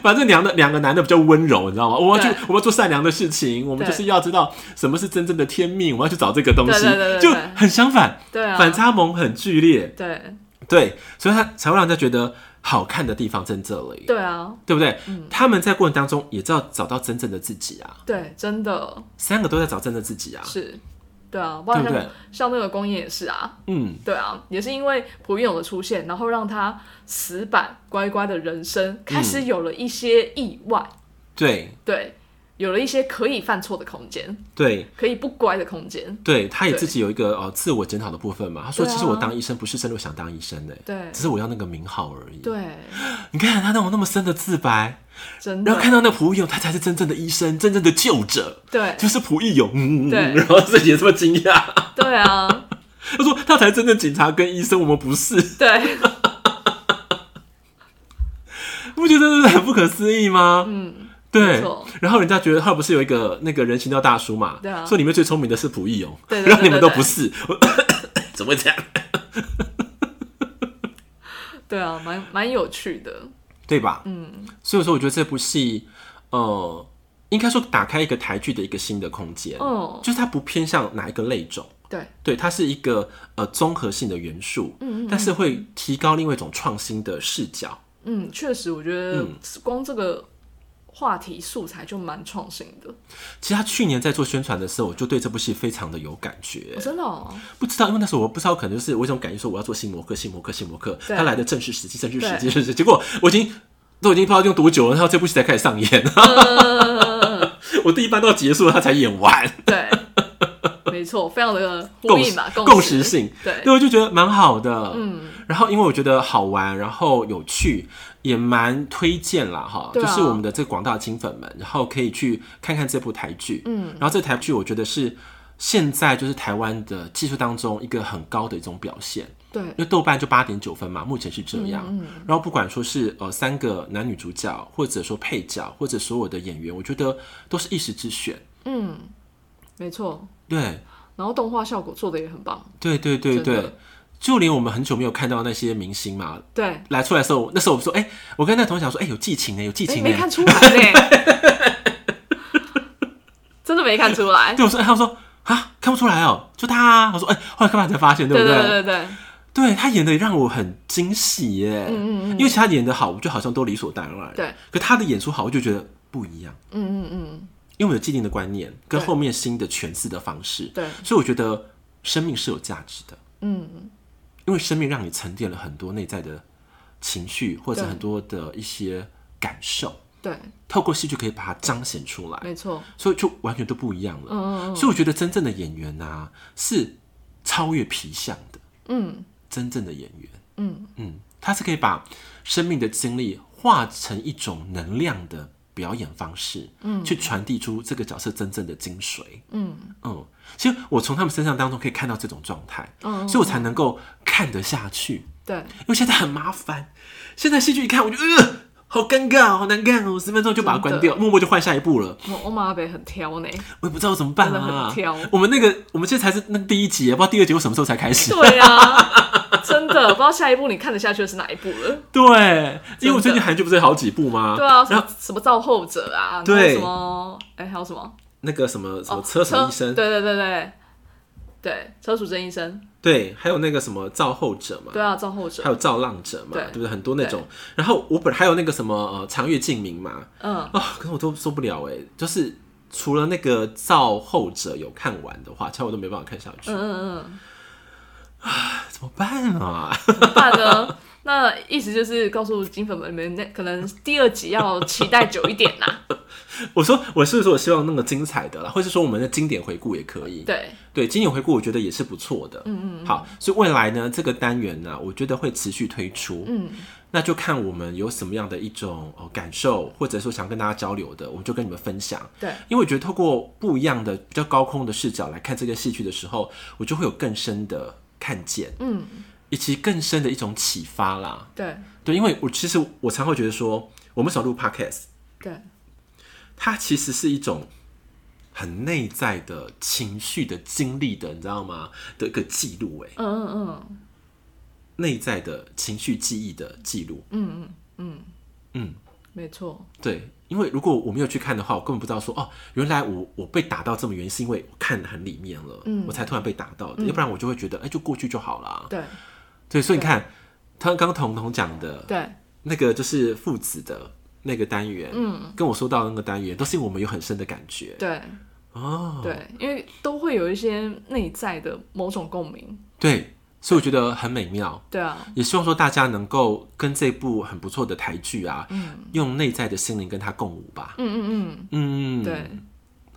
Speaker 1: 反正两个两个男的比较温柔，你知道吗？我们要去
Speaker 2: 对，
Speaker 1: 我们要做善良的事情，我们
Speaker 2: 对
Speaker 1: 就是要知道什么是真正的天命，我们要去找这个东西
Speaker 2: 对对对，对
Speaker 1: 就
Speaker 2: 对
Speaker 1: 很相反，
Speaker 2: 对啊，
Speaker 1: 反差萌很剧烈，
Speaker 2: 对
Speaker 1: 对，所以他才会让人家觉得好看的地方在这里，
Speaker 2: 对啊，
Speaker 1: 对不对？他们在过程当中也知道找到真正的自己啊，
Speaker 2: 对，真的
Speaker 1: 三个都在找真正的自己啊，
Speaker 2: 是，对啊，包
Speaker 1: 对
Speaker 2: 括
Speaker 1: 不
Speaker 2: 像
Speaker 1: 对？
Speaker 2: 像那个公演也是啊，
Speaker 1: 嗯，
Speaker 2: 对啊，也是因为朴英勇的出现，然后让他死板乖乖的人生开
Speaker 1: 嗯
Speaker 2: 始有了一些意外，
Speaker 1: 对
Speaker 2: 对，有了一些可以犯错的空间，
Speaker 1: 对。
Speaker 2: 可以不乖的空间，
Speaker 1: 对，他也
Speaker 2: 对
Speaker 1: 自己有一个呃自我检讨的部分嘛。他说：“
Speaker 2: 对啊
Speaker 1: 其实我当医生不是真的想当医生的，欸
Speaker 2: 对
Speaker 1: 只是我要那个名号而已。”
Speaker 2: 对，
Speaker 1: 你看他那种那么深的自白，
Speaker 2: 真
Speaker 1: 然后
Speaker 2: 的
Speaker 1: 看到那个朴义勇，他才是真正的医生，真正的救者，
Speaker 2: 对
Speaker 1: 就是朴义勇。嗯，嗯嗯
Speaker 2: 对
Speaker 1: 然后自己也这么惊讶，
Speaker 2: 对啊，
Speaker 1: 他说他才真正警察跟医生，我们不是，
Speaker 2: 对
Speaker 1: 你不觉得真的是很不可思议吗？嗯，
Speaker 2: 没
Speaker 1: 对
Speaker 2: 错。
Speaker 1: 然后人家觉得他不是有一个那个人行道大叔嘛，
Speaker 2: 对啊
Speaker 1: 说里面最聪明的是朴义勇，
Speaker 2: 对对对
Speaker 1: 然后你们都
Speaker 2: 对对
Speaker 1: 不
Speaker 2: *coughs*
Speaker 1: 是，我怎么会这样？
Speaker 2: 对啊，蛮蛮有趣的，
Speaker 1: 对吧？嗯，所以说我觉得这部戏，呃，应该说打开一个台剧的一个新的空间，
Speaker 2: 哦
Speaker 1: 就是它不偏向哪一个类种，
Speaker 2: 对
Speaker 1: 对，它是一个呃综合性的元素，嗯但是会提高另外一种创新的视角，
Speaker 2: 嗯，确实，我觉得
Speaker 1: 嗯
Speaker 2: 光这个话题素材就蛮创新的。
Speaker 1: 其实他去年在做宣传的时候，我就对这部戏非常的有感
Speaker 2: 哦
Speaker 1: 觉。
Speaker 2: 真
Speaker 1: *laughs*
Speaker 2: 的、哦，
Speaker 1: 不知道，因为那时候我不知道，可能就是我有一种感觉，说我要做新模克、新模克、新模克，
Speaker 2: 对
Speaker 1: 他来的正是时机，正是时
Speaker 2: 对
Speaker 1: 机，正是时机。结果我已经都已经不知道用多久了，然后这部戏才开始上演， *laughs* 我第一班都要结束了，他才演完。
Speaker 2: 呃对，没错，非常的呼
Speaker 1: 共
Speaker 2: 应吧，
Speaker 1: 共
Speaker 2: 识
Speaker 1: 识性，
Speaker 2: 对
Speaker 1: 对，我就觉得蛮好的。嗯，然后因为我觉得好玩，然后有趣，也蛮推荐啦哈，
Speaker 2: 对
Speaker 1: 就
Speaker 2: 啊
Speaker 1: 是我们的这个广大的金粉们，然后可以去看看这部台剧。嗯，然后这台剧我觉得是现在就是台湾的技术当中一个很高的一种表现。
Speaker 2: 对嗯
Speaker 1: 因为豆瓣就八点九分嘛，目前是这样。然后不管说是呃三个男女主角，或者说配角，或者所有的演员，我觉得都是一时之选。
Speaker 2: 没错。
Speaker 1: 对，
Speaker 2: 然后动画效果做的也很棒，
Speaker 1: 对对对
Speaker 2: 真的
Speaker 1: 对，就连我们很久没有看到那些明星嘛，
Speaker 2: 对，
Speaker 1: 来出来的时候，那时候我们说，哎、我跟那同学讲说，哎、有激情呢，有激
Speaker 2: 哎、
Speaker 1: 情呢
Speaker 2: 没。看出来呢，
Speaker 1: *laughs*
Speaker 2: 真的没看出来。
Speaker 1: 对，我说，哎他们说啊，看不出来哦，就他、啊。我说，哎、后来看完才发现，对
Speaker 2: 对
Speaker 1: 不
Speaker 2: 对对对，
Speaker 1: 对他演的让我很惊喜耶，嗯嗯嗯因为其他演的好，我就好像都理所当然。
Speaker 2: 对，
Speaker 1: 可他的演出好，我就觉得不一样，
Speaker 2: 嗯嗯嗯，
Speaker 1: 因为我有既定的观念跟
Speaker 2: 对
Speaker 1: 后面新的诠释的方式，
Speaker 2: 对，
Speaker 1: 所以我觉得生命是有价值的。
Speaker 2: 嗯，
Speaker 1: 因为生命让你沉淀了很多内在的情绪，或者
Speaker 2: 对
Speaker 1: 很多的一些感受，
Speaker 2: 对，
Speaker 1: 透过戏剧可以把它彰显出来，
Speaker 2: 没错，
Speaker 1: 所以就完全都不一样了。
Speaker 2: 嗯
Speaker 1: 所以我觉得真正的演员啊，是超越皮相的，
Speaker 2: 嗯，
Speaker 1: 真正的演员，
Speaker 2: 嗯
Speaker 1: 嗯，他是可以把生命的经历化成一种能量的表演方式，嗯，去传递出这个角色真正的精髓，
Speaker 2: 嗯
Speaker 1: 嗯，其实我从他们身上当中可以看到这种状态，
Speaker 2: 嗯
Speaker 1: 所以我才能够看得下去。
Speaker 2: 对，
Speaker 1: 因为现在很麻烦，现在戏剧一看我就呃，好尴尬，好难看哦，十分钟就把它关掉，默默就换下一部了，
Speaker 2: 我欧马北很挑
Speaker 1: *laughs*
Speaker 2: 呢，
Speaker 1: 我也不知道怎么办
Speaker 2: 真的
Speaker 1: 啊
Speaker 2: 很挑。
Speaker 1: 我们那个，我们现在才是那个第一集，不知道第二集我什么时候才开始。
Speaker 2: 对啊，真的不知道下一步你看得下去的是哪一部了。
Speaker 1: 对，因为我
Speaker 2: 真的
Speaker 1: 最近韩剧不是有好几部吗？
Speaker 2: 对啊，什
Speaker 1: 然后
Speaker 2: 么什么造后者啊，然后
Speaker 1: 对
Speaker 2: 什么哎、还有什么
Speaker 1: 那个什么什么
Speaker 2: 哦
Speaker 1: 车什么医生，
Speaker 2: 对对对对对，车主真医生，
Speaker 1: 对，还有那个什么造后者嘛，
Speaker 2: 对啊，造后
Speaker 1: 还
Speaker 2: 者，
Speaker 1: 有造浪者嘛，
Speaker 2: 对
Speaker 1: 对不对？很多那种。然后我本还有那个什么呃长月烬明嘛，
Speaker 2: 嗯，
Speaker 1: 啊，可是我都受不了哎，就是除了那个造后者有看完的话，其他我都没
Speaker 2: 嗯
Speaker 1: 办法看下去。
Speaker 2: 嗯嗯嗯，
Speaker 1: 怎么办啊？ *laughs*
Speaker 2: 怎么办呢？呃那意思就是告诉金粉们，你们那可能第二集要期待久一点啦。
Speaker 1: 我说我是说，我希望那个精彩的啦，或是说我们的经典回顾也可以。
Speaker 2: 对，
Speaker 1: 对，经典回顾我觉得也是不错的。嗯嗯。好，所以未来呢，这个单元呢，我觉得会持续推出。
Speaker 2: 嗯，
Speaker 1: 那就看我们有什么样的一种哦感受，或者说想跟大家交流的，我们就跟你们分享。
Speaker 2: 对，
Speaker 1: 因为我觉得透过不一样的、比较高空的视角来看这个戏剧的时候，我就会有更深的看见，
Speaker 2: 嗯，
Speaker 1: 以及更深的一种启发啦。
Speaker 2: 对，
Speaker 1: 对，因为我其实我常会觉得说，我们所录 podcast，
Speaker 2: 对，
Speaker 1: 它其实是一种很内在的情绪的经历的，你知道吗？的一个记录，哎，
Speaker 2: 嗯嗯嗯
Speaker 1: 内在的情绪记忆的记录。
Speaker 2: 嗯嗯嗯
Speaker 1: 嗯，
Speaker 2: 没错，
Speaker 1: 对，因为如果我没有去看的话，我根本不知道说哦，原来我我被打到这么远，是因为我看得很里面了，
Speaker 2: 嗯
Speaker 1: 我才突然被打到的，要不然我就会觉得，哎、就过去就好啦。
Speaker 2: 对
Speaker 1: 对，所以你看，他刚刚彤彤讲的
Speaker 2: 对
Speaker 1: 那个就是父子的那个单元，嗯，跟我说到的那个单元，都是因为我们有很深的感觉
Speaker 2: 对
Speaker 1: 哦，
Speaker 2: 对，因为都会有一些内在的某种共鸣。
Speaker 1: 对，所以我觉得很美妙。
Speaker 2: 对啊，
Speaker 1: 也希望说大家能够跟这部很不错的台剧啊，
Speaker 2: 嗯
Speaker 1: 用内在的心灵跟它共舞吧。
Speaker 2: 嗯嗯
Speaker 1: 嗯，
Speaker 2: 嗯，对，，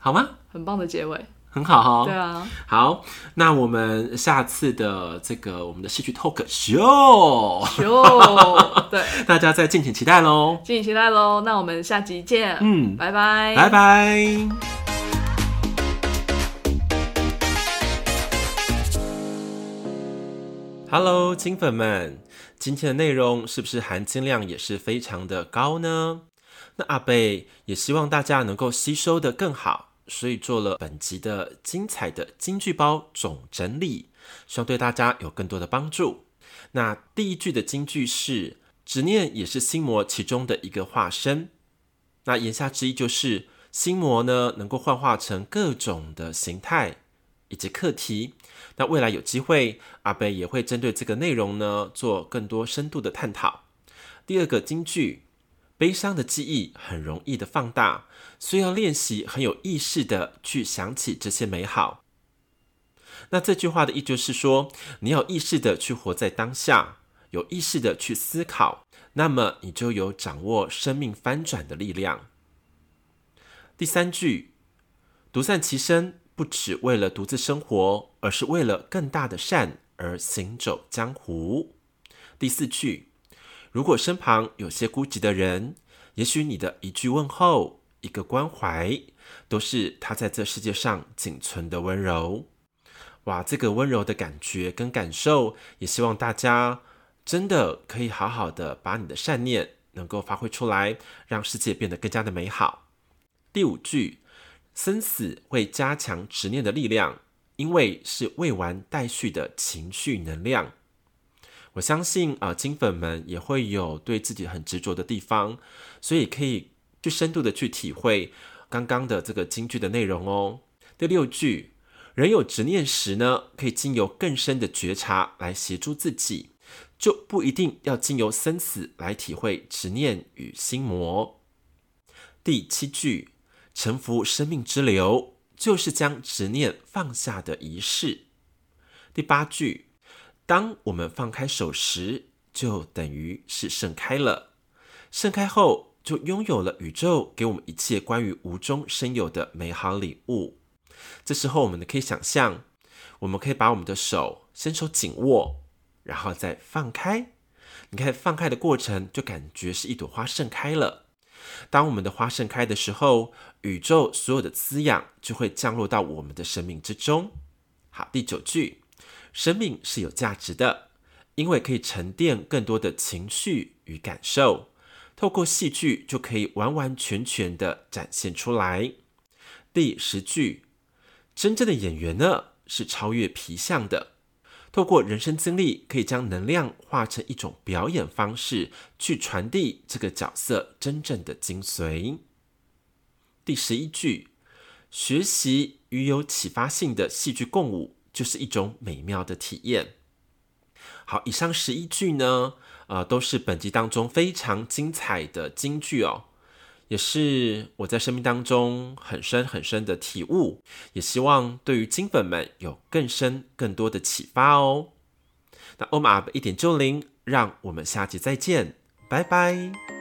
Speaker 1: 好吗？
Speaker 2: 很棒的结尾。
Speaker 1: 很好哈、*laughs*
Speaker 2: 对啊，
Speaker 1: 好，那我们下次的这个我们的戏剧 talk show， *laughs*
Speaker 2: 哟，对，
Speaker 1: 大家再敬请期待喽。
Speaker 2: 敬请期待喽。那我们下集见，
Speaker 1: 嗯
Speaker 2: 拜拜，
Speaker 1: 拜拜。Hello，金粉们，今天的内容是不是含金量也是非常的高呢？那阿贝也希望大家能够吸收的更好，所以做了本集的精彩的金句包总整理，希望对大家有更多的帮助。那第一句的金句是：执念也是心魔其中的一个化身。那言下之意就是，心魔呢能够幻化成各种的形态以及课题。那未来有机会，阿贝也会针对这个内容呢做更多深度的探讨。第二个金句，悲伤的记忆很容易的放大，所以要练习很有意识的去想起这些美好。那这句话的意就是说，你要有意识的去活在当下，有意识的去思考，那么你就有掌握生命翻转的力量。第三句，独善其身，不只为了独自生活，而是为了更大的善而行走江湖。第四句，如果身旁有些孤寂的人，也许你的一句问候、一个关怀，都是他在这世界上仅存的温柔。哇，这个温柔的感觉跟感受，也希望大家真的可以好好的把你的善念能够发挥出来，让世界变得更加的美好。第五句，生死会加强执念的力量，因为是未完待续的情绪能量。我相信啊、呃金粉们也会有对自己很执着的地方，所以可以去深度的去体会刚刚的这个京剧的内容哦。第六句，人有执念时呢，可以经由更深的觉察来协助自己，就不一定要经由生死来体会执念与心魔。第七句，臣服生命之流，就是将执念放下的仪式。第八句，当我们放开手时，就等于是盛开了。盛开后，就拥有了宇宙给我们一切关于无中生有的美好礼物。这时候，我们可以想象，我们可以把我们的手伸手紧握，然后再放开。你看，放开的过程就感觉是一朵花盛开了。当我们的花盛开的时候，宇宙所有的滋养就会降落到我们的生命之中。好，第九句，生命是有价值的，因为可以沉淀更多的情绪与感受，透过戏剧就可以完完全全的展现出来。第十句，真正的演员呢是超越皮相的，透过人生经历，可以将能量化成一种表演方式，去传递这个角色真正的精髓。第十一句，学习与有启发性的戏剧共舞，就是一种美妙的体验。好，以上十一句呢，呃，都是本集当中非常精彩的金句哦。也是我在生命当中很深很深的体悟，也希望对于金粉们有更深更多的启发哦。那欧玛 up 一点就灵，让我们下集再见，拜拜。